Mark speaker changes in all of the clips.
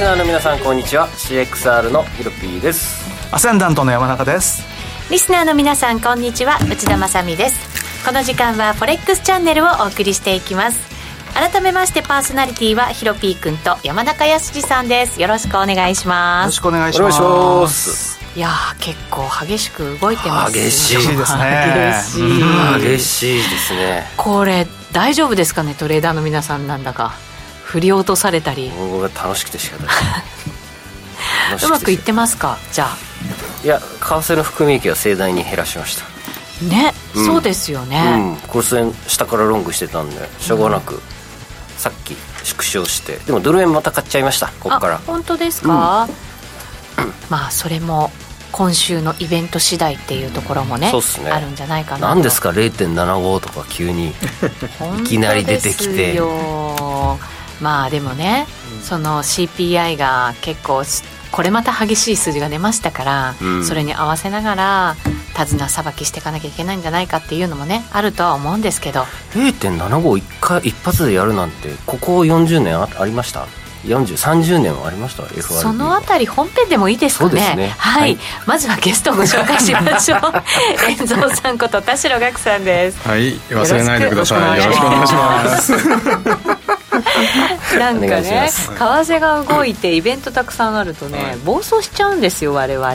Speaker 1: ナーの皆さんこんにちは CXR のヒロピーです
Speaker 2: アセンダントの山中です
Speaker 3: リスナーの皆さんこんにちは内田まさみですこの時間はフォレックスチャンネルをお送りしていきます改めましてパーソナリティはヒロピーくんと山中康さんですよろしくお願いし
Speaker 2: よ
Speaker 3: ま
Speaker 2: ろし
Speaker 3: す
Speaker 2: くお願いし
Speaker 1: お願
Speaker 2: ま
Speaker 1: い
Speaker 2: す
Speaker 1: します
Speaker 3: いやー結構激しく動いてます
Speaker 1: 激し
Speaker 2: 嬉しいですね
Speaker 3: 激しい
Speaker 2: うん
Speaker 1: 激しいですね
Speaker 3: これ大丈夫ですかねトレーダーの皆さんなんだか振り落とされたり
Speaker 1: 僕が楽しくて仕方ない楽し
Speaker 3: うまくいって
Speaker 1: も
Speaker 3: ますかじゃあ
Speaker 1: いや為替の含み益は盛大に減らしまし
Speaker 3: ね、
Speaker 1: うん
Speaker 3: そうですよ
Speaker 1: たう
Speaker 3: ね、
Speaker 1: んこれ線下からロングしてたんでしょうがなく、さっき縮小してでもドル円また買っちゃいましたここから
Speaker 3: あ本当ですか、まあそれも今週のイベント次第っていうところもね
Speaker 1: そうっすね
Speaker 3: あるんじゃないかなと
Speaker 1: 何ですか0.75とか急 に
Speaker 3: 本当
Speaker 1: いきなり出てきて
Speaker 3: ですよまあでもね、その CPI が結構しこれまた激しい数字が出ましたから、
Speaker 1: うん
Speaker 3: それに合わせながら手綱さばきしていかなきゃいけないんじゃないかっていうのもねあるとは思うんですけど
Speaker 1: 0.75一回一発でやるなんてここ40年あありました4030年はありました FRB
Speaker 3: そのあたり本編でもいいですかね
Speaker 1: そうですね
Speaker 3: はい、
Speaker 1: はい
Speaker 3: まずはゲストをご紹介しましょう遠蔵さんこと田代岳さんです
Speaker 4: はい、忘れないでください。
Speaker 3: よろし
Speaker 4: よろし
Speaker 3: く
Speaker 4: く
Speaker 3: お
Speaker 4: お
Speaker 3: 願
Speaker 4: 願
Speaker 3: い
Speaker 4: い
Speaker 3: し
Speaker 4: し
Speaker 3: ま
Speaker 4: ます。
Speaker 3: なん
Speaker 1: お
Speaker 3: か
Speaker 1: 願いし
Speaker 3: ね
Speaker 1: ま
Speaker 3: 為
Speaker 1: す
Speaker 3: 替が動いてイベントたくさんあるとね、
Speaker 4: はい
Speaker 3: 暴走しちゃうんですよ我々
Speaker 4: まあ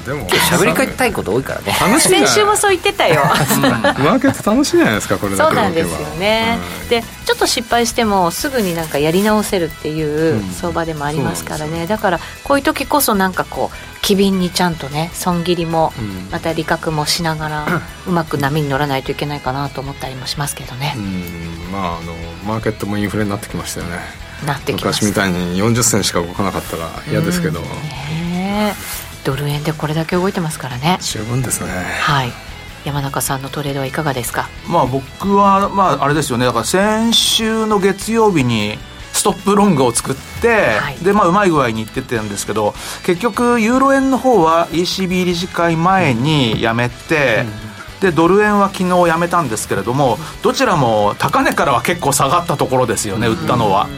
Speaker 4: でも
Speaker 1: 喋りたいこと多いからね
Speaker 4: 楽しいじゃな
Speaker 3: 先
Speaker 4: い
Speaker 3: 週もそう言ってたよ
Speaker 4: マーケット楽しいじゃないですかこれ
Speaker 3: そ
Speaker 4: だ
Speaker 3: う
Speaker 4: け
Speaker 3: なん
Speaker 4: 動け
Speaker 3: で
Speaker 4: ば。
Speaker 3: すよね、でちょっと失敗してもすぐになんかやり直せるっていう相場でもありますからね、だからこういう時こそなんかこう機敏にちゃんとね損切りも
Speaker 4: うん
Speaker 3: また利確もしな がらうまく波に乗らないといけないかなと思ったりもしますけどね
Speaker 4: う、ん、まああのマーケットもインフレになってきましたよね。
Speaker 3: なってきま
Speaker 4: 昔み
Speaker 3: す
Speaker 4: たいに40銭しか動かなかったら嫌ですけど、
Speaker 3: ねえドル円でこれだけ動いてますからね
Speaker 4: 十分ですね。
Speaker 3: はい山中さんのトレードはいかがで すか
Speaker 2: まあ僕はまああれですよねだから先週の月曜日にストップロングを作って、
Speaker 3: はい
Speaker 2: でまあうまい具合にいってたんですけど結局ユーロ円の方は ECB 理事会前にやめて、でドル円は昨日やめたんですけれどもどちらも高値からは結構下がったところですよね、売ったのは。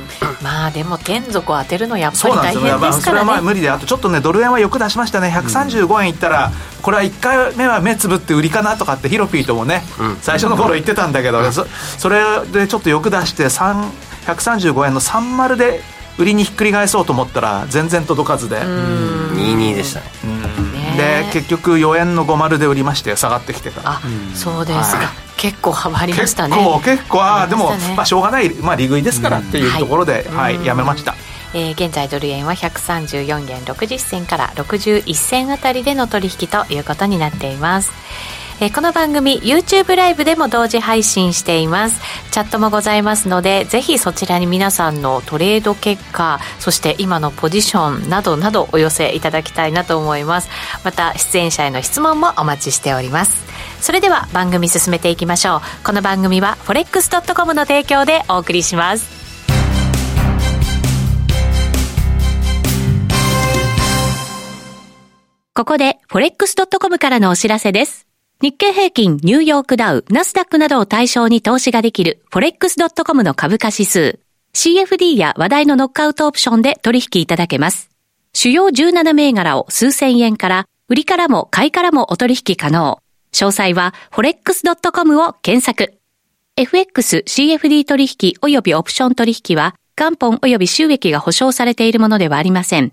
Speaker 3: まあでも天底を当てるのやっぱ
Speaker 2: そ
Speaker 3: り
Speaker 2: うなんで
Speaker 3: 大
Speaker 2: すよ、ね、
Speaker 3: 変
Speaker 2: まあ
Speaker 3: です
Speaker 2: そ
Speaker 3: か
Speaker 2: れはま
Speaker 3: ら
Speaker 2: あ
Speaker 3: ね
Speaker 2: 無理であとちょっとねドル円はよく出しましたね135円いったらこれは1回目は目つぶって売りかなとかってヒロピーともね、最初の頃言ってたんだけど、そそれでちょっとよく出して3 135円の30で売りにひっくり返そうと思ったら全然届かずで、
Speaker 1: 22でしたね
Speaker 3: ね
Speaker 2: で結局4円の50で売りまして下がってきてから。
Speaker 3: あ、そうですか。結構幅ありまし
Speaker 2: 結
Speaker 3: たね。
Speaker 2: 構結構ああでも
Speaker 3: ありましたね
Speaker 2: まあしょうがないまあ利食いですからっていうところで
Speaker 3: は
Speaker 2: はいいやめました
Speaker 3: えー現在ドル円は134円60銭から61銭あたりでの取引ということになっています。えーこの番組 YouTube ライブでも同時配信しています。チャットもございますので、ぜひそちらに皆さんのトレード結果、そして今のポジションなどなどお寄せいただきたいなと思います。また出演者への質問もお待ちしております。それでは番組進めていきましょう。この番組は forex.com の提供でお送りします。ここで forex.com からのお知らせです。日経平均、ニューヨークダウ、ナスダックなどを対象に投資ができる forex.com の株価指数。CFD や話題のノックアウトオプションで取引いただけます。主要17銘柄を数千円から、売りからも買いからもお取引可能。詳細は forex.com を検索。FX、CFD 取引及びオプション取引は、元本及び収益が保証されているものではありません。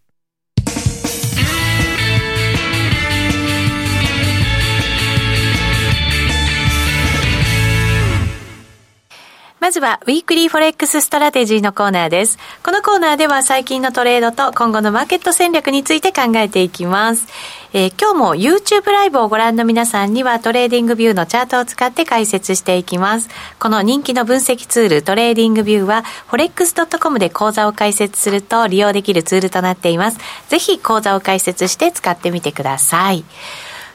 Speaker 3: ままずは、ウィークリーフォレックスストラテジーのコーナーです。このコーナーでは最近のトレードと今後のマーケット戦略について考えていきます。えー今日も YouTube ライブをご覧の皆さんにはトレーディングビューのチャートを使って解説していきます。この人気の分析ツールトレーディングビューは forex.com で講座を開設すると利用できるツールとなっています。ぜひ講座を開設して使ってみてください。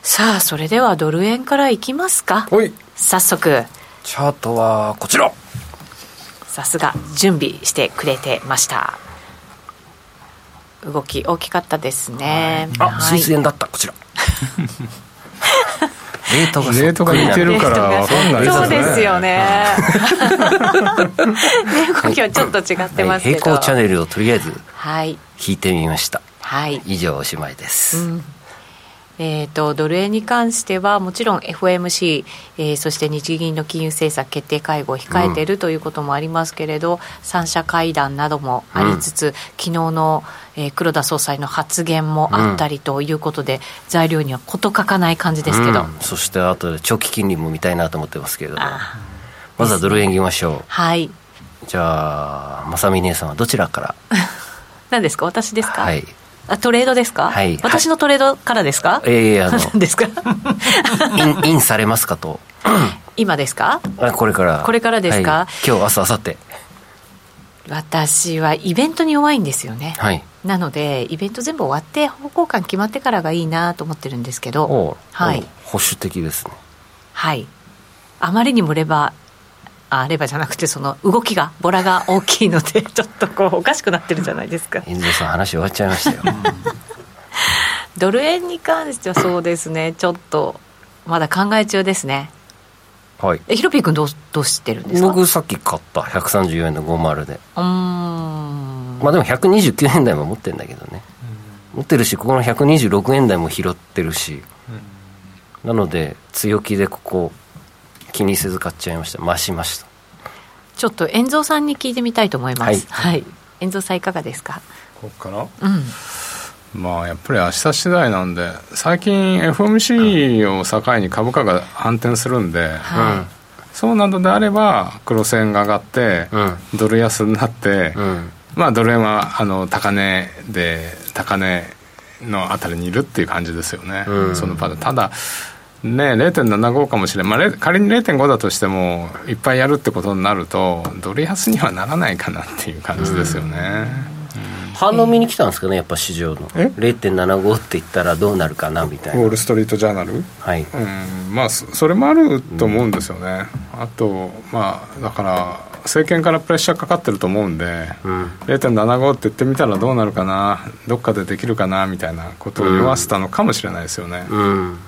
Speaker 3: さあ、それではドル円からいきますか。
Speaker 4: はい
Speaker 3: 早速。
Speaker 1: チャートはこちら
Speaker 3: さすが準備してくれてました動き大きかったですね
Speaker 1: あ、
Speaker 3: はい
Speaker 1: スイス円だった こちらレートがそっくり
Speaker 4: レートが似てるからわかんない
Speaker 3: そうで
Speaker 4: ね
Speaker 3: すよね ね動きはちょっと違って
Speaker 1: は
Speaker 3: ま
Speaker 1: い
Speaker 3: すけ
Speaker 1: 平
Speaker 3: ど
Speaker 1: 行チャンネルをとりあえず
Speaker 3: はい
Speaker 1: 引いてみました
Speaker 3: はい
Speaker 1: 以上おしまいです、
Speaker 3: えー、とドル円に関してはもちろん FOMC、えーそして日銀の金融政策決定会合を控えているということもありますけれど、三者会談などもありつつ、昨日の、えー黒田総裁の発言もあったりということで、材料には事欠かない感じですけど、
Speaker 1: うんそしてあとで長期金利も見たいなと思ってますけれどもまずはドル円いきましょ
Speaker 3: はい。
Speaker 1: うじゃあまさみ姉さんはどちらから
Speaker 3: 何ですか私ですか、
Speaker 1: はい
Speaker 3: あトレードですか、
Speaker 1: はい
Speaker 3: 私のトレードからですか、
Speaker 1: ええあの
Speaker 3: 何 ですか
Speaker 1: インイ ンされますかと
Speaker 3: 今ですか
Speaker 1: あこれから
Speaker 3: これからですか
Speaker 1: はい今日明日明後日
Speaker 3: 私はイベントに弱いんですよね
Speaker 1: はい
Speaker 3: なのでイベント全部終わって方向感決まってからがいいなと思ってるんですけ
Speaker 1: お
Speaker 3: ど
Speaker 1: う、
Speaker 3: は
Speaker 1: お、
Speaker 3: いう
Speaker 1: 保守的ですね
Speaker 3: はい、あまりにもレバーあレバーじゃなくてその動きがボラが大きいので ちょっとこうおかしくなってるじゃないですか
Speaker 1: 遠藤さん話終わっちゃいましたよ
Speaker 3: ドル円に関してはそうですねちょっとまだ考え中ですね
Speaker 1: はい
Speaker 3: えヒロピー君どうどうしてるんですかう
Speaker 1: 僕さっき買った134円の50で
Speaker 3: ーん
Speaker 1: まあでも129円台も持ってんだけどね持ってるしここの126円台も拾ってるしなので強気でここ気にせず買っちゃいました増しました
Speaker 3: ちょっと遠蔵さんに聞いてみたいと思いますはい、遠蔵さんいかがですか
Speaker 4: こっから
Speaker 3: うん
Speaker 4: まあやっぱり明日次第なんで最近 FOMC を境に株価が反転するんで、
Speaker 3: はい、
Speaker 4: そうなのであれば黒線が上がって、
Speaker 1: う
Speaker 4: ドル安になって、
Speaker 1: うん
Speaker 4: まあドル円はあの高値で高値のあたりにいるっていう感じですよね、
Speaker 1: うん
Speaker 4: そのパターンただね0.75かもしれない、まあれ、仮に0.5だとしてもいっぱいやるってことになるとドル安にはならないかなっていう感じですよね、
Speaker 1: 反応見に来たんですかねやっぱ市場の
Speaker 4: え
Speaker 1: 0.75って言ったらどうなるかなみたい
Speaker 4: ウォ
Speaker 1: な
Speaker 4: ール・ストリート・ジャーナル
Speaker 1: はい
Speaker 4: うんまあそそれもあると思うんですよね、あとまあだから政権からプレッシャーかかってると思うんで、0.75って言ってみたらどうなるかなどっかでできるかなみたいなことを言わせたのかもしれないですよね、
Speaker 1: うん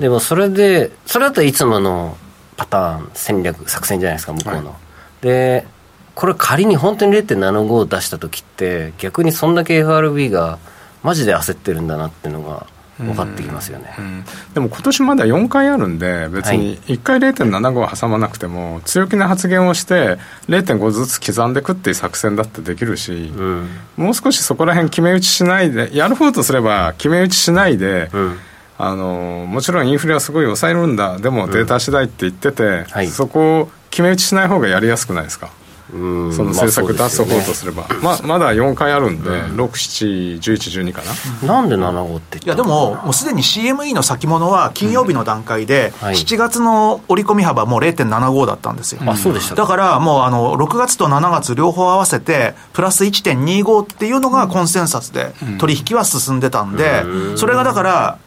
Speaker 1: でもそれでそれだといつものパターン戦略作戦じゃないですか向こうの、でこれ仮に本当に0.75を出した時って逆にそんだけ FRB がマジで焦ってるんだなっていうのが分かってきますよね、
Speaker 4: うんでも今年まだ4回あるんで別に1回0.75挟まなくても強気な発言をして0.5ずつ刻んでいくっていう作戦だってできるし、
Speaker 1: うん
Speaker 4: もう少しそこら辺決め打ちしないでやる方とすれば決め打ちしないで、
Speaker 1: うん
Speaker 4: あのもちろんインフレはすごい抑えるんだでもデータ次第って言ってて、
Speaker 1: はい
Speaker 4: そこを決め打ちしない方がやりやすくないですか、
Speaker 1: うん
Speaker 4: その
Speaker 1: まあ
Speaker 4: 政策出す
Speaker 1: そう
Speaker 4: 方
Speaker 1: で
Speaker 4: と
Speaker 1: よ
Speaker 4: すれば、ま まだ4回あるんで、671112かな、
Speaker 1: ねなんで75って言っ
Speaker 2: い
Speaker 1: た
Speaker 2: やでも、もうすでに CME の先物は金曜日の段階で、
Speaker 1: うんはい
Speaker 2: 7月の折り込み幅もう0.75だったんですよ。
Speaker 1: あそうでした
Speaker 2: だからもうあの6月と7月両方合わせてプラス1.25っていうのがコンセンサスで取引は進んでたんで、それがだから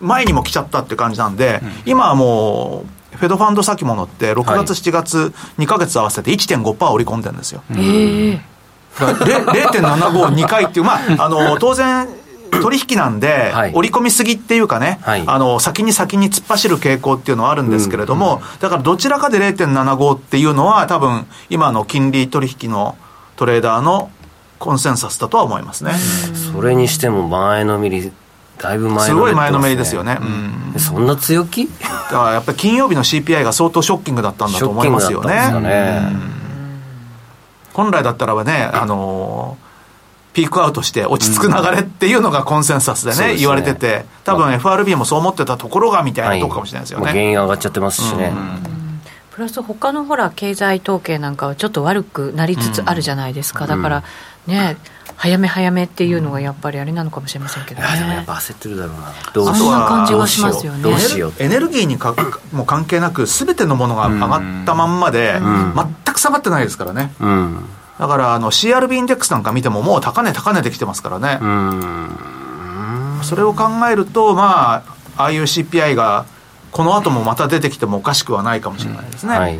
Speaker 2: 前にも来ちゃったっていう感じなんで、今はもうフェドファンド先物って6
Speaker 1: はい
Speaker 2: 月7月2ヶ月合わせて1.5%織り込んでるんですよ。
Speaker 3: ええ
Speaker 2: だかられ0.752回っていう、まあ、あの当然、取引なんで、
Speaker 1: はい
Speaker 2: 織り込みすぎっていうかね、
Speaker 1: はい
Speaker 2: あの、先に先に突っ走る傾向っていうのはあるんですけれども、だからどちらかで0.75っていうのは、多分今の金利取引のトレーダーのコンセンサスだとは思いますね。
Speaker 1: それにしても前のめりだいぶ前のめりってます
Speaker 2: すごい前のめりですよね。うん
Speaker 1: えそんな強気
Speaker 2: だからやっぱり金曜日の CPI が相当ショッキングだったんだ
Speaker 1: ショ
Speaker 2: と
Speaker 1: ッ
Speaker 2: 思
Speaker 1: キ
Speaker 2: い
Speaker 1: ン
Speaker 2: ま
Speaker 1: グだっ
Speaker 2: す
Speaker 1: たん
Speaker 2: よ
Speaker 1: ですか
Speaker 2: ね。
Speaker 1: ね
Speaker 2: 本来だったらばね、あのーピークアウトして落ち着く流れっていうのがコンセンサスでね、
Speaker 1: そうですね
Speaker 2: 言われてて、多分 FRB もそう思ってたところがみたい
Speaker 1: は
Speaker 2: ないとこかもしれないですよ
Speaker 1: まあ
Speaker 2: ね。
Speaker 1: 原因上がっちゃってますしね、
Speaker 3: プラス他のほら経済統計なんかはちょっと悪くなりつつあるじゃないですか、だからね早め早めっていうのがやっぱりあれなのかもしれませんけどね
Speaker 1: いやでもやっぱ焦ってるだろうなどうし
Speaker 3: そ
Speaker 1: よ
Speaker 3: ん
Speaker 1: う
Speaker 3: な感じがしますよね
Speaker 1: どう
Speaker 2: エ
Speaker 1: し
Speaker 2: ネ
Speaker 1: よう
Speaker 2: ルエネルギーにか もう関係なく全てのものが上がったまんまで全く下がってないですからね
Speaker 1: うん
Speaker 2: だからあの CRB インデックスなんか見てももう高値高値できてますからね、それを考えるとまあああいう CPI がこの後もまた出てきてもおかしくはないかもしれないですね、
Speaker 1: はい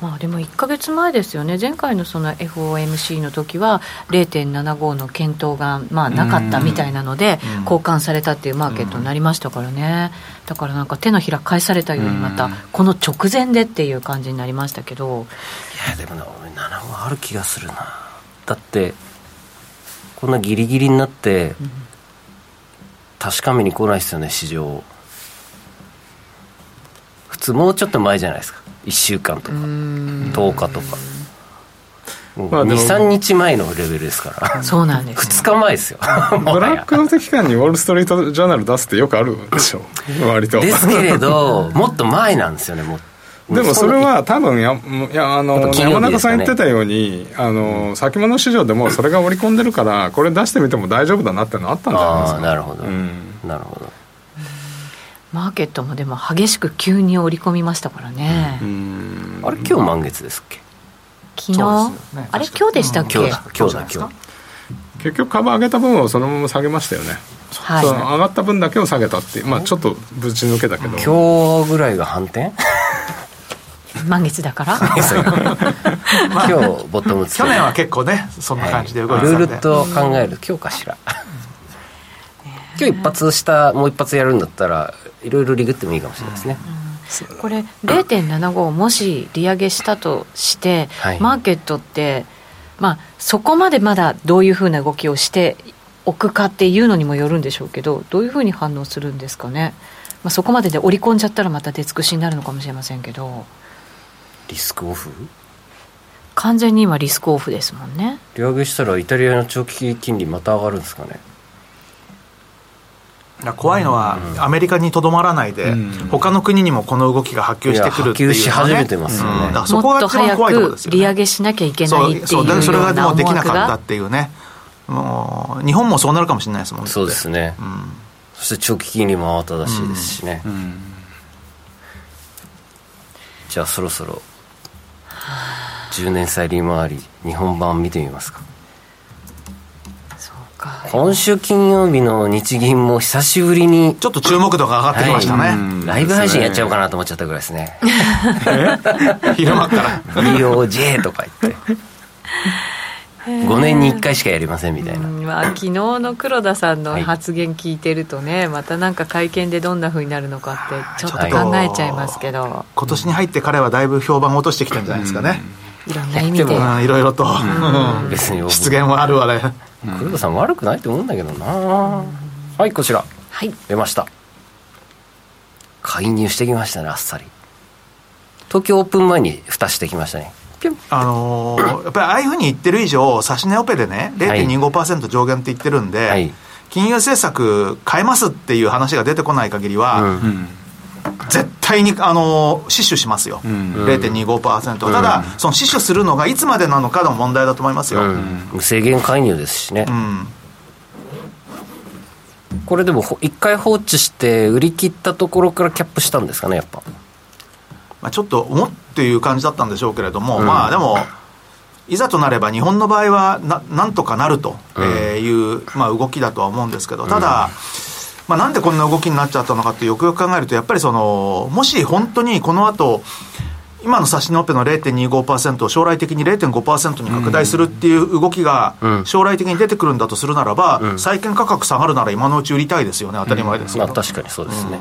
Speaker 3: まあでも1か月前ですよね、前回のその FOMC の時は、0.75の検討がまあなかったみたいなので、
Speaker 2: うん
Speaker 3: 交換されたっていうマーケットになりましたからね、だからなんか手のひら返されたように、またこの直前でっていう感じになりましたけど、
Speaker 1: いやでもね俺7号ある気がするなだってこんなギリギリになって確かめに来ないですよね市場を普通もうちょっと前じゃないですか1週間とか10日とか
Speaker 4: まあでも
Speaker 1: 23日前のレベルですから
Speaker 3: そうなんですよ
Speaker 1: 2日前ですよも
Speaker 4: ブ
Speaker 1: は
Speaker 4: ラッ
Speaker 1: や
Speaker 4: クアウト期間にウォール・ストリート・ジャーナル出すってよくあるでしょ割 と
Speaker 1: ですけれ どもっと前なんですよねもう
Speaker 4: でもそれは多分やいやあ
Speaker 1: やっ
Speaker 4: の
Speaker 1: ぱ金曜日
Speaker 4: 山中さん
Speaker 1: で
Speaker 4: 言
Speaker 1: すかね
Speaker 4: ってたようにあの先物市場でもそれが織り込んでるからこれ出してみても大丈夫だなってのあったんじゃないです
Speaker 1: ああ
Speaker 4: か
Speaker 1: なるほど、
Speaker 4: うん
Speaker 1: なるほど
Speaker 3: マーケットもでも激しく急に織り込みましたからね、
Speaker 4: うん
Speaker 1: あれ今日満月ですっけ
Speaker 3: 昨
Speaker 2: そう
Speaker 3: 日
Speaker 2: ですよね
Speaker 3: あれ、今日でしたっけ、
Speaker 1: 今日だ今日だ
Speaker 2: 今日じゃ
Speaker 1: 今
Speaker 2: ない
Speaker 1: 日
Speaker 4: 結局株上げた分をそのまま下げましたよね
Speaker 3: はい
Speaker 4: その上がった分だけを下げたっていうまあちょっとぶち抜けたけど
Speaker 1: 今日ぐらいが反転
Speaker 3: 満月だから、
Speaker 1: 今日ボトムつけ
Speaker 2: 去年は結構ねそんな感じで動いてたん
Speaker 1: ル
Speaker 2: で、
Speaker 1: ールと考える今日かしら今日一発したもう一発やるんだったらいろいろリグってもいいかもしれないですね、
Speaker 3: これ0.75もし利上げしたとして、
Speaker 1: はい
Speaker 3: マーケットって、まあ、そこまでまだどういうふうな動きをしておくかっていうのにもよるんでしょうけどどういうふうに反応するんですかね、まあ、そこまでで織り込んじゃったらまた出尽くしになるのかもしれませんけど
Speaker 1: リスクオフ
Speaker 3: 完全に今リスクオフですもんね
Speaker 1: 利上げしたらイタリアの長期金利また上がるんですかね
Speaker 2: だから怖いのはアメリカにとどまらないで、
Speaker 4: うん
Speaker 2: 他の国にもこの動きが波及してくるっていう、
Speaker 1: いや波及し始めてますよね
Speaker 2: うんだからそこ
Speaker 3: も
Speaker 2: が
Speaker 3: っと
Speaker 2: 一番
Speaker 3: 早
Speaker 2: 怖いところで
Speaker 3: く
Speaker 2: すよ、ね、
Speaker 3: 利上げしなきゃいけな
Speaker 2: そう
Speaker 3: いってい
Speaker 2: そう
Speaker 3: う
Speaker 2: だからそれ
Speaker 3: よう
Speaker 2: が
Speaker 3: な
Speaker 2: もうで
Speaker 3: 思
Speaker 2: きな
Speaker 3: 惑
Speaker 2: かった
Speaker 3: が
Speaker 2: っていうねもう日本もそうなるかもしれないですもんね
Speaker 1: そうですね、
Speaker 2: うん
Speaker 1: そして長期金利も慌ただしいですしね、
Speaker 4: うん
Speaker 1: じゃあそろそろ10年債利回り日本版見てみますか
Speaker 3: そうか
Speaker 1: 今週金曜日の日銀も久しぶりに
Speaker 2: ちょっと注目度が上がってきましたね、
Speaker 1: はい
Speaker 4: うん
Speaker 1: ライブ配信やっちゃおうかなと思っちゃったぐらいですね
Speaker 2: 昼間から。
Speaker 1: BOJ とか言って5年に1回しかやりませんみたいな
Speaker 3: うんまあ、昨日の黒田さんの
Speaker 1: はい
Speaker 3: 発言聞いてるとね、またなんか会見でどんなふうになるのかってちょっと
Speaker 1: はい
Speaker 3: 考えちゃいますけど、
Speaker 2: 今年に入って彼はだいぶ評判を落としてきたんじゃないですかね、
Speaker 3: い、ろんな意味
Speaker 1: う
Speaker 3: で
Speaker 1: ん
Speaker 2: う
Speaker 1: や
Speaker 2: ん、いろいろと、
Speaker 1: 別に
Speaker 2: 失言はあるわね
Speaker 1: 黒田さん悪くないと思うんだけどなはいこちら
Speaker 3: はい
Speaker 1: 出ました介入してきましたねあっさり東京オープン前に蓋してきましたねピュン
Speaker 2: あのーやっぱりああいうふうに言ってる以上指し値オペでね
Speaker 1: はい
Speaker 2: 0.25%上限って言ってるんで、
Speaker 1: はい
Speaker 2: 金融政策変えますっていう話が出てこない限りは、
Speaker 1: うん
Speaker 4: うん
Speaker 2: 絶対に、あの死守しますよ、
Speaker 4: ん
Speaker 2: 0.25%、ただ、その死守するのがいつまでなのかの問題だと思いますよ、うん
Speaker 1: 無制限介入ですしね、これでもほ一回放置して売り切ったところからキャップしたんですかねやっぱ
Speaker 2: まあ、ちょっと思っていう感じだったんでしょうけれども、まあでも、いざとなれば、日本の場合はななんとかなるとえーいう、まあ、動きだとは思うんですけど、ただ、まあ、なんでこんな動きになっちゃったのかってよくよく考えると、やっぱりその、もし本当にこの後今の指し値オペの0.25%を将来的に0.5%に拡大するっていう動きが将来的に出てくるんだとするならば、債券価格下がるなら今のうち売りたいですよね、当たり前ですけど
Speaker 1: まあ確かにそうですね、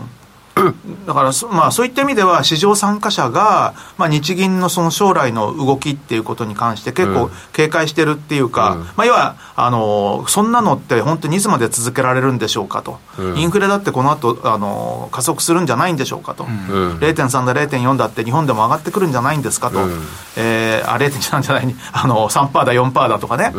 Speaker 2: だからそ、まあ、そういった意味では、市場参加者が、まあ、日銀のその将来の動きっていうことに関して、結構警戒してるっていうか、まあ、要はあの、そんなのって本当にいつまで続けられるんでしょうかと、インフレだってこの後あの加速するんじゃないんでしょうかと、0.3だ、0.4だって、日本でも上がってくるんじゃないんですかと、えーあ0.3じゃない、あの3%だ、4%だとかね、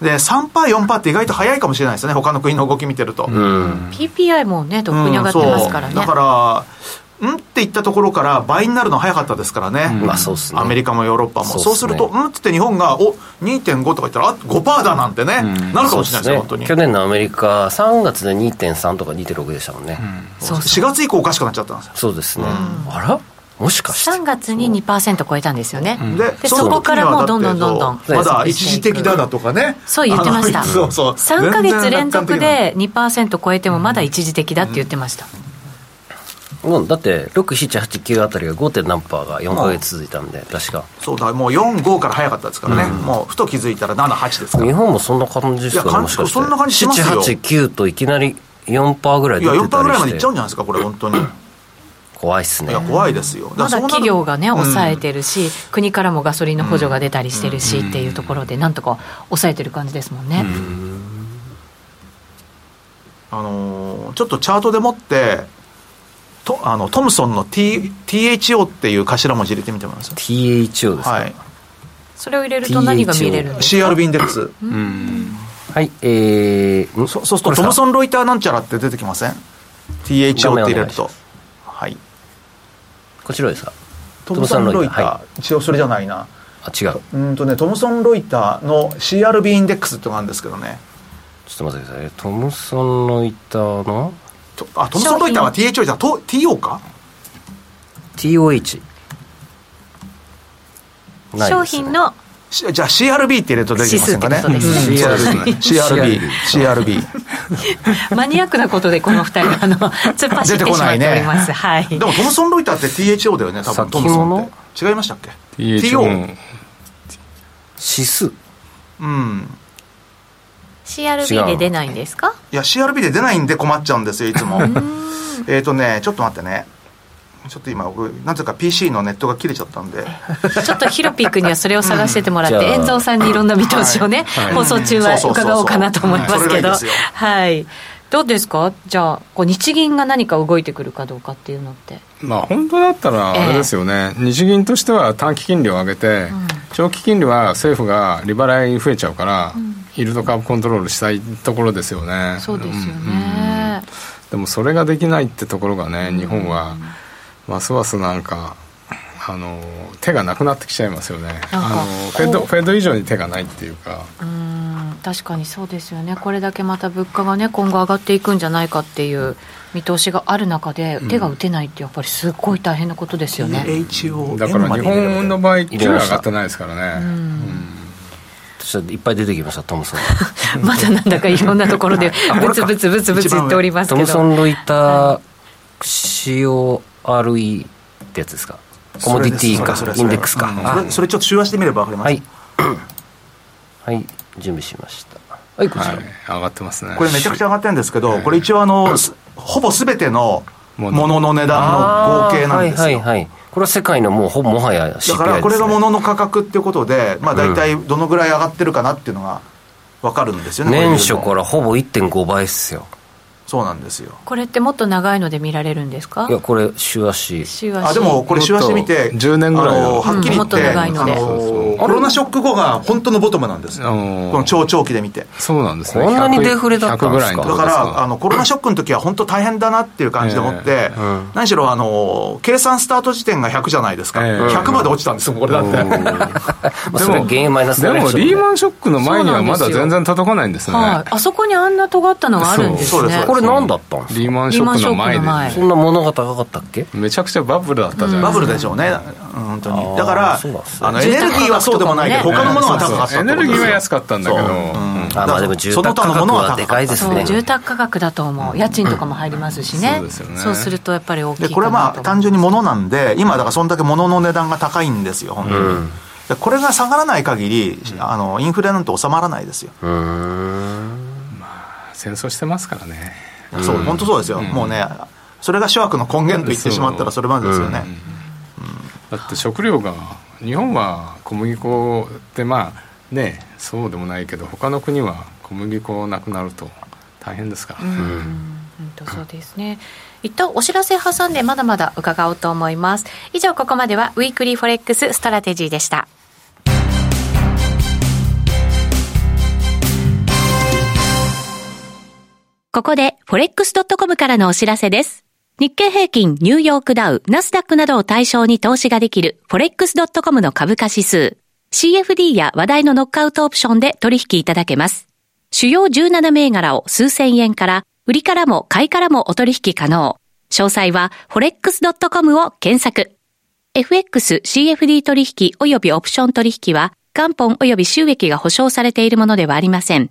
Speaker 2: で3%、4%って意外と早いかもしれないですね、他の国の動き見てると。
Speaker 1: うん
Speaker 3: PPI もねとっくに上がってますか
Speaker 2: う
Speaker 3: らね、
Speaker 2: んそうだからんって言ったところから倍になるの早かったですからね、
Speaker 1: まあそうっすね
Speaker 2: アメリカもヨーロッパもそう
Speaker 1: そうっ
Speaker 2: す
Speaker 1: す
Speaker 2: る
Speaker 1: ね
Speaker 2: とんっつって日本がお2.5とか言ったらあ5%だなんてね、なるかもしれないですよ、本当に
Speaker 1: 去年のアメリカ3月で2.3とか2.6でしたもんね、
Speaker 3: そう
Speaker 2: 4月以降おかしくなっちゃったんですよ
Speaker 1: そうですね、あらもしかして
Speaker 5: 3月に2%超えたんですよね、
Speaker 2: で
Speaker 5: で
Speaker 2: の
Speaker 5: そこから
Speaker 2: 時には
Speaker 5: もうどんどんどんどん
Speaker 2: だってまだ一時的だだとかね
Speaker 5: そう言ってました
Speaker 2: あの そうそう
Speaker 3: 3か月
Speaker 2: 全然
Speaker 3: 連続
Speaker 2: 楽観的
Speaker 3: で2%超えてもまだ一時的だって言ってました、
Speaker 1: うんだって6789あたりが 5. 何パーが4か月続いたんで確か
Speaker 2: なそうだもう45から早かったですからね、もうふと気づいたら78ですか
Speaker 1: 日
Speaker 2: ら
Speaker 1: 本もそんな感じです
Speaker 2: いや
Speaker 1: か
Speaker 2: か
Speaker 1: ね
Speaker 2: ん
Speaker 1: もしかして
Speaker 2: そんな感じしますよ
Speaker 1: 789といきなり4パーぐらい
Speaker 2: い
Speaker 1: 出
Speaker 2: や
Speaker 1: てたりして
Speaker 2: 4パーぐらいまでいっちゃうんじゃないですかこれ本当にい
Speaker 1: 怖いっすね
Speaker 2: や怖いですよ
Speaker 3: まだ企業がね、抑え
Speaker 2: て
Speaker 3: てるし、国からもガソリンの補助が出たりしてるし、っていうところで、なんとか抑えてる感じですもんね。
Speaker 2: あのーちょっとチャートでもってとあのトムソンの、T、THO っていう頭文字入れてみてもらえます
Speaker 1: THO ですか
Speaker 2: は
Speaker 1: はい、
Speaker 2: い
Speaker 3: それを入れると何が見れるんですか
Speaker 2: CRB インデックス
Speaker 1: えー、ん
Speaker 2: そそうすると
Speaker 1: これ
Speaker 2: トム
Speaker 1: さ
Speaker 2: ソン・ロイターなんちゃらって出てきません ?THO って入れる
Speaker 1: 画面お願いしま
Speaker 2: とはい
Speaker 1: こちらですか
Speaker 2: トムソン・ロイター、
Speaker 1: は
Speaker 2: 一応それじゃないな
Speaker 1: あ違うちょ
Speaker 2: うーんとねトムソン・ロイターの CRB インデックスってのがあるんですけどね
Speaker 1: っと待ってくださいトムソンロイターの
Speaker 2: とあトムソン・ロイターは THO じゃと TO か
Speaker 1: TOH ないですね
Speaker 5: 商品の
Speaker 2: しじゃあ CRB って入れると出てきませんかね
Speaker 5: 指数ってことです
Speaker 1: ね
Speaker 2: うんそうですね CRB CRB
Speaker 3: マニアックなことで、この二人は、あの、突っ走ってしまっております。はい。
Speaker 2: でもトムソン・ロイターって THO だよね多分
Speaker 1: 先
Speaker 2: ト
Speaker 1: 物
Speaker 2: ムソンって違いましたっけ
Speaker 4: THO
Speaker 1: 指数
Speaker 2: うん
Speaker 1: 違
Speaker 5: CRB
Speaker 1: う
Speaker 5: で出ないんですか
Speaker 2: いや CRB で出ないんで困っちゃうんですよいつも えっとねちょっと待ってねちょっと今僕なぜか PC のネットが切れちゃったんで
Speaker 3: ちょっとヒロピー君にはそれを探しててもらって、
Speaker 1: うんじゃあ
Speaker 3: 遠藤さんにいろんな見通しをね、
Speaker 4: はい
Speaker 3: 放送中は
Speaker 2: そうそうそうそう
Speaker 3: 伺おうかなと思いますけど、
Speaker 2: はいそれがいいですよ
Speaker 3: はい。どうですかじゃあ、こう日銀が何か動いてくるかどうかっていうのって。
Speaker 4: まあ本当だったらあれですよね、日銀としては短期金利を上げて、長期金利は政府が利払い増えちゃうから、イールドカーブコントロールしたいところですよね
Speaker 3: そうですよ
Speaker 4: うん
Speaker 3: ね。
Speaker 4: でもそれができないってところがね日本はますますなんかあの手がなくなってきちゃいますよね
Speaker 3: なんか
Speaker 4: あのフェドフェド以上に手がないっていうか
Speaker 3: うん確かにそうですよね、これだけまた物価がね、今後上がっていくんじゃないかっていう見通しがある中で、手が打てないって、やっぱりすっごい大変なことですよね。
Speaker 2: HO
Speaker 4: だから日本の場合給
Speaker 1: 入
Speaker 4: 料
Speaker 1: れ
Speaker 4: 上
Speaker 1: ました
Speaker 4: がってないですからね、
Speaker 1: ちょっといっぱい出てきましたトムソン
Speaker 3: まだなんだかいろんなとこ ろでブツブツブツブツ言っております
Speaker 1: ト
Speaker 3: け
Speaker 1: ムソ
Speaker 3: ど
Speaker 1: ンロイター CORE ってやつですかコモディティか
Speaker 2: それです
Speaker 1: インデックスか、
Speaker 2: それ
Speaker 1: あ
Speaker 2: それそれちょっと中和してみれば分かります、
Speaker 1: はい。 はい、準備しました。はい、こちら。
Speaker 4: はい、上がってますね
Speaker 2: これめちゃくちゃ上がってるんですけど、
Speaker 4: はい
Speaker 2: これ一応あのすほぼ全てのも
Speaker 4: もの
Speaker 2: のの値段の合計なんですよ、
Speaker 1: はいはいはい。これは世界のもうほぼもはや CPI です、
Speaker 2: だ
Speaker 1: ね。
Speaker 2: からこれが物の価格っていうことで、まあ、大体どのぐらい上がってるかなっていうのが分かるんですよね、これ
Speaker 1: 年
Speaker 2: 見ると
Speaker 1: 初からほぼ1.5倍っすよ。
Speaker 2: そうなんですよ
Speaker 3: これってもっと長いので見られるんですか
Speaker 1: いや、これ、週足。
Speaker 3: 週足
Speaker 2: あでもこれ、
Speaker 4: もっ
Speaker 2: 週
Speaker 4: と
Speaker 2: 足見て、
Speaker 4: 10年ぐらい
Speaker 2: あの
Speaker 4: うん
Speaker 2: はっきり言って、
Speaker 3: もっと長いので
Speaker 2: あ
Speaker 4: そうそ
Speaker 2: の
Speaker 4: う
Speaker 2: コロナショック後が本当のボトムなんですよ、
Speaker 4: あ
Speaker 2: こ
Speaker 4: のー
Speaker 2: の超長期で見て。
Speaker 4: そうなんですね
Speaker 1: こんなにデフレだったんですか
Speaker 4: 100ぐらいのと
Speaker 2: だ
Speaker 4: こ
Speaker 2: か
Speaker 4: です
Speaker 2: らあのコロナショックの時は本当大変だなっていう感じで思って、
Speaker 4: え
Speaker 1: えうん
Speaker 2: 何しろあの計算スタート時点が100じゃないですか、
Speaker 4: ええ
Speaker 2: 100まで落ちたんですよこれだって、
Speaker 1: まあ、それは原因マイナス
Speaker 4: でもリーマ
Speaker 1: ン。
Speaker 4: ンショックの前にはまだ全然届かないんですね
Speaker 3: はい、あそこにあんな尖ったのがあるんです
Speaker 2: そうそう
Speaker 3: ね
Speaker 2: です
Speaker 1: これ何だったんです
Speaker 4: リー
Speaker 1: か
Speaker 4: マンショックの前
Speaker 3: リーマンショック
Speaker 4: で
Speaker 1: そんな物が高かったっけ
Speaker 4: めちゃくちゃバブルだったじゃない
Speaker 2: バブル
Speaker 4: で
Speaker 2: でしょうね、本当
Speaker 1: あ
Speaker 2: に
Speaker 1: ー
Speaker 2: だから
Speaker 1: そうなんですね
Speaker 2: あのエネルギーはそうでもないけど
Speaker 3: 住
Speaker 2: 他のものは高かった
Speaker 4: エネルギーは安かったんだけど、
Speaker 2: そう
Speaker 4: うん
Speaker 1: あ、まあでも住宅価格はでかいです
Speaker 3: そう
Speaker 1: ね。
Speaker 3: 住宅価格だと思う、家賃とかも入りますしね、
Speaker 4: そうですよね
Speaker 3: そうするとやっぱり大き
Speaker 2: で
Speaker 3: い
Speaker 2: これはまあ単純に物なんで今だからそんだけ物の値段が高いんですよ本当に、でこれが下がらない限りあのインフレなんて収まらないですよ、
Speaker 1: うーん。
Speaker 4: 戦争してますからね
Speaker 2: そう本当そうですよ、もうねそれが諸悪の根源と言ってしまったらそれまでですよね、
Speaker 4: だって食料が日本は小麦粉ってまあねそうでもないけど他の国は小麦粉なくなると大変ですからね、
Speaker 3: うんとそうですね一旦お知らせ挟んでまだまだ伺おうと思います以上ここまではウィークリーフォレックスストラテジーでした
Speaker 5: ここで forex.com からのお知らせです。
Speaker 3: 日経平均、ニューヨークダウ、ナスダックなどを対象に投資ができる forex.com の株価指数。CFD や話題のノックアウトオプションで取引いただけます。主要17銘柄を数千円から、売りからも買いからもお取引可能。詳細は forex.com を検索。FX、CFD 取引及びオプション取引は、元本及び収益が保証されているものではありません。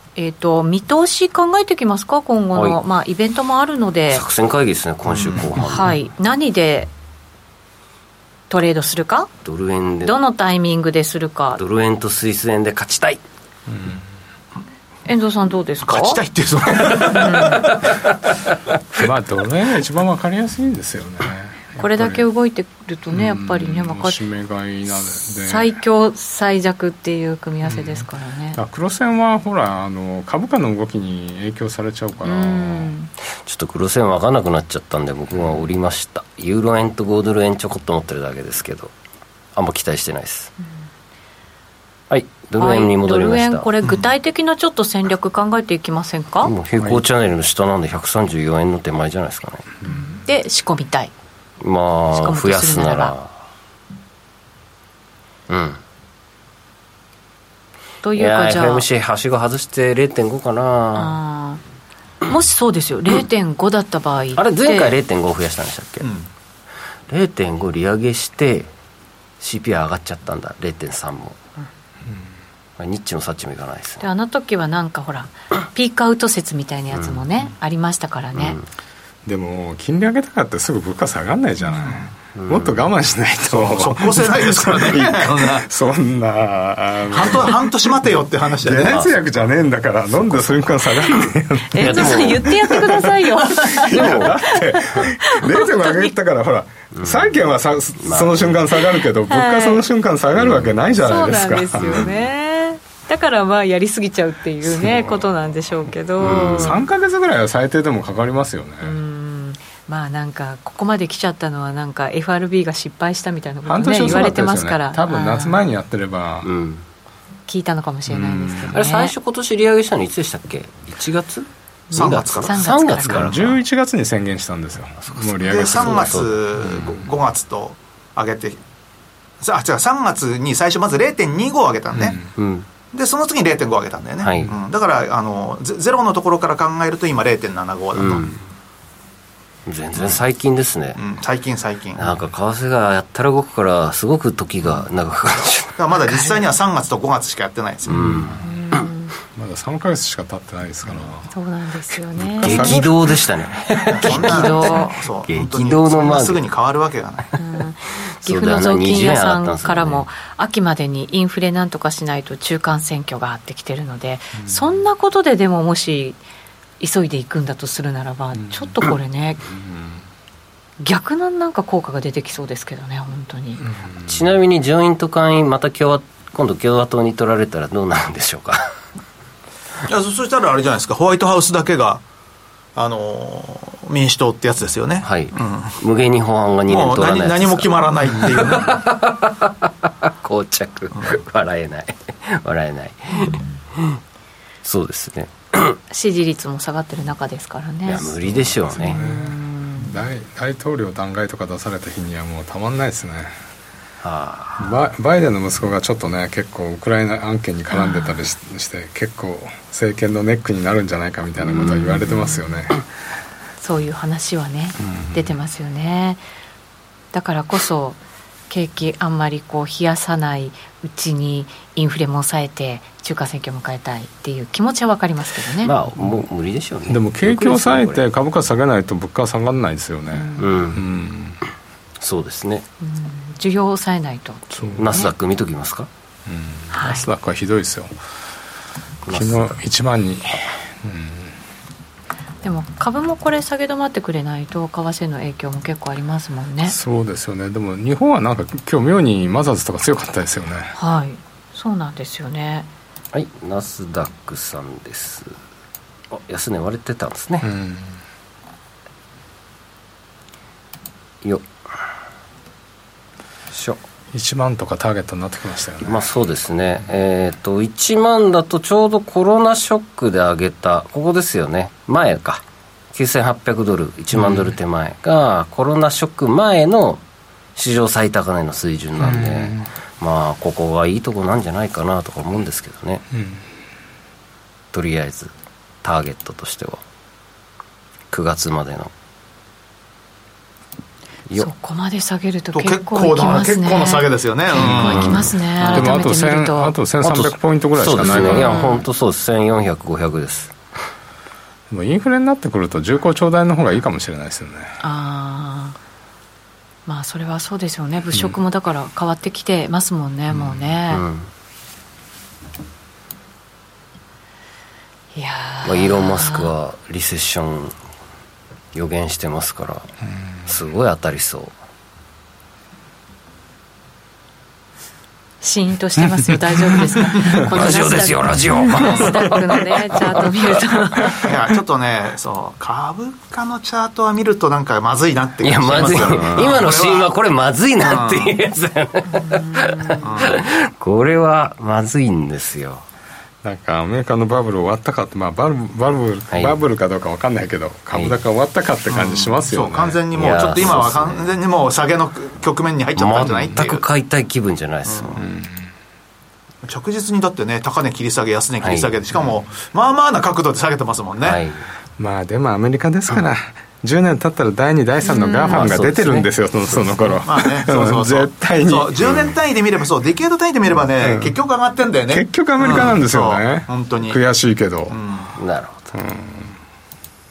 Speaker 3: えっ、と、見通し考えていきますか今後の、
Speaker 1: はい
Speaker 3: まあ、イベントもあるので、
Speaker 1: 作戦会議ですね今週後半、
Speaker 3: はい、何でトレードするか、
Speaker 1: ドル円で
Speaker 3: どのタイミングでするか、
Speaker 1: ドル円とスイス円で勝ちたい
Speaker 6: 遠藤さんどうですか
Speaker 2: 勝ちたいっていうそ の
Speaker 4: まあどれが一番わかりやすいんですよね
Speaker 6: これだけ
Speaker 4: やっ
Speaker 6: 動いてると
Speaker 4: ぱり
Speaker 6: ねやっぱりね
Speaker 4: うん
Speaker 6: 分かっ
Speaker 4: 締め買いなので
Speaker 6: 最強最弱っていう組み合わせですからね
Speaker 4: だから黒線はほらあの株価の動きに影響されちゃうか
Speaker 6: う
Speaker 4: ら、
Speaker 6: ん
Speaker 1: ちょっと黒線分かんなくなっちゃったんで僕は売りましたユーロ円と5ドル円ちょこっと持ってるだけですけどあんま期待してないです、はいドル円に戻りまし
Speaker 6: はいドル
Speaker 1: た、
Speaker 6: 円これ具体的なちょっと戦略考えていきませんか、
Speaker 1: もう平行チャンネルの下なんで134円の手前じゃないですかね
Speaker 6: で仕込みたい
Speaker 1: ま
Speaker 6: しか
Speaker 1: あ
Speaker 6: も
Speaker 1: 増やすならうん
Speaker 6: と
Speaker 1: い
Speaker 6: いう
Speaker 1: や
Speaker 6: か
Speaker 1: ー
Speaker 6: じゃあ
Speaker 1: FMC はしご外して0.5かな
Speaker 6: あーもしそうですよ0.5だった場合って
Speaker 1: あれ前回0.5増やしたんでしたっけ、0.5利上げして CPI 上がっちゃったんだ0.3も、まあニッチもサッチもいかないです
Speaker 6: で
Speaker 1: ね
Speaker 6: あの時はなんかほらピークアウト説みたいなやつもね、ありましたからね、
Speaker 4: でも金利上げたからってすぐ物価下がんないじゃない、もっと我慢しないと
Speaker 2: 即効性ないですからねそんな
Speaker 4: そんなあの
Speaker 2: 半年半年待てよって話だ
Speaker 4: 解
Speaker 2: よね
Speaker 4: 熱薬じゃねえんだから飲んで瞬間下がんねえよ
Speaker 6: え遠藤さん言ってやってくださいよ
Speaker 4: でもだって0.5上げたからほら債券はさその瞬間下がるけど物価その瞬間下がるわけないじゃ
Speaker 6: そ
Speaker 4: な
Speaker 6: う
Speaker 4: いで
Speaker 6: な
Speaker 4: す
Speaker 6: ん
Speaker 4: か
Speaker 6: ですよねだからまあやりすぎちゃうっていうねことなんでしょうけど、
Speaker 4: 3か月ぐらいは最低でもかかりますよね、
Speaker 6: うんまあなんかここまで来ちゃったのはなんか FRB が失敗したみたいなこと
Speaker 4: 半
Speaker 6: ね
Speaker 4: 年
Speaker 6: 言
Speaker 4: は
Speaker 6: わ
Speaker 4: そうだ
Speaker 6: れ
Speaker 4: ってた
Speaker 6: ま
Speaker 4: です
Speaker 6: す
Speaker 4: よ
Speaker 6: から
Speaker 4: ね多分夏
Speaker 6: あ
Speaker 4: 前にやってれば
Speaker 1: うん
Speaker 6: ー聞いたのかもしれないですけど、ね、
Speaker 1: あれ最初今年利上げしたのいつでしたっけ1月
Speaker 2: 3月
Speaker 1: 2月
Speaker 2: から
Speaker 1: かな
Speaker 6: 3
Speaker 1: 3
Speaker 6: 月
Speaker 1: 月
Speaker 6: か
Speaker 1: からら
Speaker 4: 11月に宣言したんですよもう利上
Speaker 2: で
Speaker 4: げする
Speaker 2: 3月
Speaker 1: そう
Speaker 2: 5月と上げてさあ違う3月に最初まず0.25上げたんね、
Speaker 1: うん
Speaker 2: でその次に0.5上げたんだよね、
Speaker 1: はい
Speaker 2: うんだからあのゼゼロのところから考えると今0.75だと、
Speaker 1: う
Speaker 2: うん
Speaker 1: ん全然最近ですね、
Speaker 2: 最近最近だ
Speaker 1: な
Speaker 2: か
Speaker 1: んか為替がやったら動くからすごく時が長く感じる
Speaker 2: らまだ実際には3月と5月しかやってないですよ、
Speaker 4: まだ3か月しか経ってないですから
Speaker 6: そうなんですよね
Speaker 1: 激動でしたね
Speaker 2: そんな
Speaker 6: 激動
Speaker 2: そう
Speaker 1: 激動
Speaker 2: 本当に
Speaker 1: の
Speaker 2: そん
Speaker 1: まあ
Speaker 2: なすぐに変わるわけがない
Speaker 6: 岐阜の雑金屋さんからも秋までにインフレなんとかしないと中間選挙があってきてるので、そんなことででももし急いでいくんだとするならば、ちょっとこれね、逆のなんか効果が出てきそうですけどね本当に、
Speaker 1: ちなみに上院と下院また共和今度共和党に取られたらどうなるんでしょうか
Speaker 2: いやそ そしたらあれじゃないですかホワイトハウスだけがあのー民主党ってやつですよね、
Speaker 1: はい、無限に法案が2年
Speaker 2: もう
Speaker 1: 取らない
Speaker 2: 何何も決まらないっていうね
Speaker 1: 膠着笑えない 笑えないそうですね
Speaker 6: 支持率も下がってる中ですから
Speaker 1: い
Speaker 6: ね
Speaker 1: や無理でしょうね
Speaker 4: 大大統領弾劾とか出された日にはもうたまんないですね
Speaker 1: は
Speaker 4: ババイデンの息子がちょっとね結構ウクライナ案件に絡んでたりしして結構政権のネックになるんじゃないかみたいなことは言われてますよね
Speaker 6: そういう話はね、出てますよねだからこそ
Speaker 3: 景気あんまりこう冷やさないうちにインフレも抑えて中間選挙を迎えたいっていう気持ちは分かりますけどね、
Speaker 1: まあもう無理でしょうね
Speaker 4: でも景気を抑え
Speaker 1: これ
Speaker 4: て株価下げないと物価は下がらないですよね、
Speaker 1: うん、
Speaker 4: うん
Speaker 1: そうですね
Speaker 3: 需要を抑えないと、
Speaker 1: ナスダック見ときますか
Speaker 3: はい
Speaker 4: ナスダックはひどいですよ
Speaker 1: ナ
Speaker 4: 昨
Speaker 1: ス
Speaker 4: 日
Speaker 1: ダック
Speaker 4: 1万に
Speaker 3: でも株もこれ下げ止まってくれないと為替の影響も結構ありますもんね
Speaker 4: そうですよねでも日本はなんか今日妙にマザーズとか強かったですよね
Speaker 3: はいそうなんですよね
Speaker 1: はいナスダックさんですあ安値割れてたんですね
Speaker 4: う、ん
Speaker 1: よっしょ
Speaker 4: 1万とかターゲットになってきましたよね、
Speaker 1: まあそうですね、えっと1万だとちょうどコロナショックで上げた、ここですよね、前か、9800ドル、1万ドル手前が、コロナショック前の史上最高値の水準なんで、
Speaker 4: うん
Speaker 1: まあ、ここはいいとこなんじゃないかなとか思うんですけどね、
Speaker 4: うん
Speaker 1: とりあえず、ターゲットとしては、9月までの。よ
Speaker 3: そこまで下げると
Speaker 2: と
Speaker 3: 結
Speaker 2: 結
Speaker 3: 構
Speaker 2: 構
Speaker 3: いき
Speaker 2: だ、
Speaker 3: ます
Speaker 2: 結
Speaker 3: ね
Speaker 2: 構な下げですよね、
Speaker 3: 結構いきますね
Speaker 4: で
Speaker 3: 改
Speaker 4: もあ
Speaker 3: めて
Speaker 4: と
Speaker 3: 見る
Speaker 4: 1000あ
Speaker 3: と
Speaker 4: と1300ポイントぐらいしかない
Speaker 1: そうです
Speaker 4: か
Speaker 1: ね、いや、
Speaker 4: ら、
Speaker 1: 本当そうです、1400、500です。
Speaker 4: でもインフレになってくると重厚長大の方がいいかもしれないですよね
Speaker 3: ああまあそれはそうですよね物色もだから変わってきてますもんね、もうね、
Speaker 1: うん
Speaker 3: いやー
Speaker 1: まあ、イーロン・マスクはリセッション予言してますからすごい当たりそう
Speaker 3: シーンとしてますよ大丈夫ですかこの
Speaker 1: ラジオですよラジオ
Speaker 3: ナスダックの ねチャート見ると
Speaker 2: いやちょっとねそう株価のチャートは見るとなんかまずいなっ
Speaker 1: い
Speaker 2: て
Speaker 1: やまずい今のシーンはこれまずいなっていうやつだよねこれはまずいんですよ
Speaker 4: なんかアメリカのバブル終わったかって、まあ、バブルバブル、
Speaker 1: い
Speaker 4: バブルかどうかわかんないけど株高終わったかって感じしますよね、
Speaker 2: そう完全に
Speaker 1: い
Speaker 2: もう
Speaker 1: や
Speaker 2: ちょっと今は
Speaker 1: そうですね
Speaker 2: 完全にもう下げの局面に入っちゃったんじゃないって
Speaker 1: 全
Speaker 2: い
Speaker 1: く
Speaker 2: う
Speaker 1: 買いたい気分じゃないですもん、
Speaker 2: 着実にだってね高値切り下げ安値切り下げでしかもまあまあな角度で下げてますもんね、
Speaker 1: はい
Speaker 4: まあでもアメリカですから、10年経ったら第2第3のガーファムが出てるんですよ、そのその頃、
Speaker 2: まあね、そうそうそう
Speaker 4: 絶対に
Speaker 2: そう10年単位で見ればそうディケード単位で見ればね、結局上がってんだよね
Speaker 4: 結局アメリカなんですよね、
Speaker 2: うんそう本当に
Speaker 4: 悔しいけど、
Speaker 1: なるほど、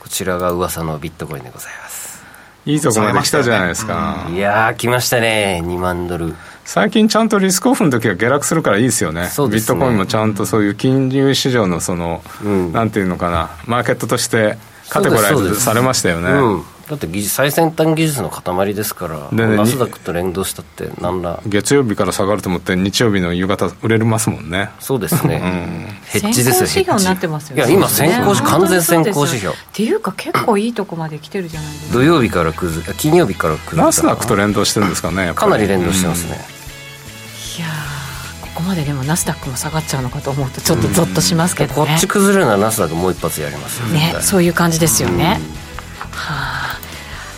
Speaker 1: こちらが噂のビットコインでございます
Speaker 4: いいとこまで来たじゃないですか、
Speaker 1: いやー来ましたね2万ドル
Speaker 4: 最近ちゃんとリスクオフの時は下落するからいいですよね
Speaker 1: そうで
Speaker 4: ビッ
Speaker 1: すね
Speaker 4: トコインもちゃんとそういう金融市場のその、
Speaker 1: うん
Speaker 4: なんていうのかなマーケットとしてカテゴライ
Speaker 1: そうですそう
Speaker 4: ズ
Speaker 1: です
Speaker 4: されましたよね、
Speaker 1: うん、だって技術最先端技術の塊ですから
Speaker 4: でね
Speaker 1: ナスダックと連動したって何ら
Speaker 4: 月曜日から下がると思って日曜日の夕方売れますもんね
Speaker 1: そうですね、ヘッジですよ
Speaker 3: 先行指標になってますよね
Speaker 1: いや今先行指標完全先行指
Speaker 3: そう
Speaker 1: 標
Speaker 3: ですよっていうか結構いいとこまで来てるじゃないですか
Speaker 1: 土曜日から崩れ金曜日から崩れた
Speaker 4: ナスダックと連動してるんですかねやっぱ
Speaker 1: か
Speaker 4: り
Speaker 1: なり連動してますね、
Speaker 3: いやーここまででもナスダックも下がっちゃうのかと思うとちょっとゾッとしますけど
Speaker 1: こ
Speaker 3: ね、
Speaker 1: っち崩れるならナスダックもう一発やりますよ
Speaker 3: ね
Speaker 1: 絶、対
Speaker 3: そういう感じですよね。はあ、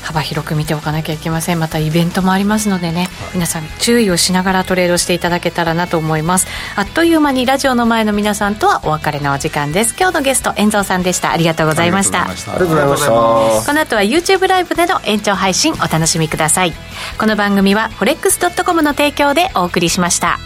Speaker 3: 幅広く見ておかなきゃいけません。またイベントもありますのでね、皆さん注意をしながらトレードしていただけたらなと思います。あっという間にラジオの前の皆さんとはお別れのお時間です。今日のゲスト、遠藤さんでした。ありがとうございました。
Speaker 1: ありがとうございました
Speaker 3: この後は YouTube ライブでの延長配信お楽しみください。この番組は forex.com の提供でお送りしました。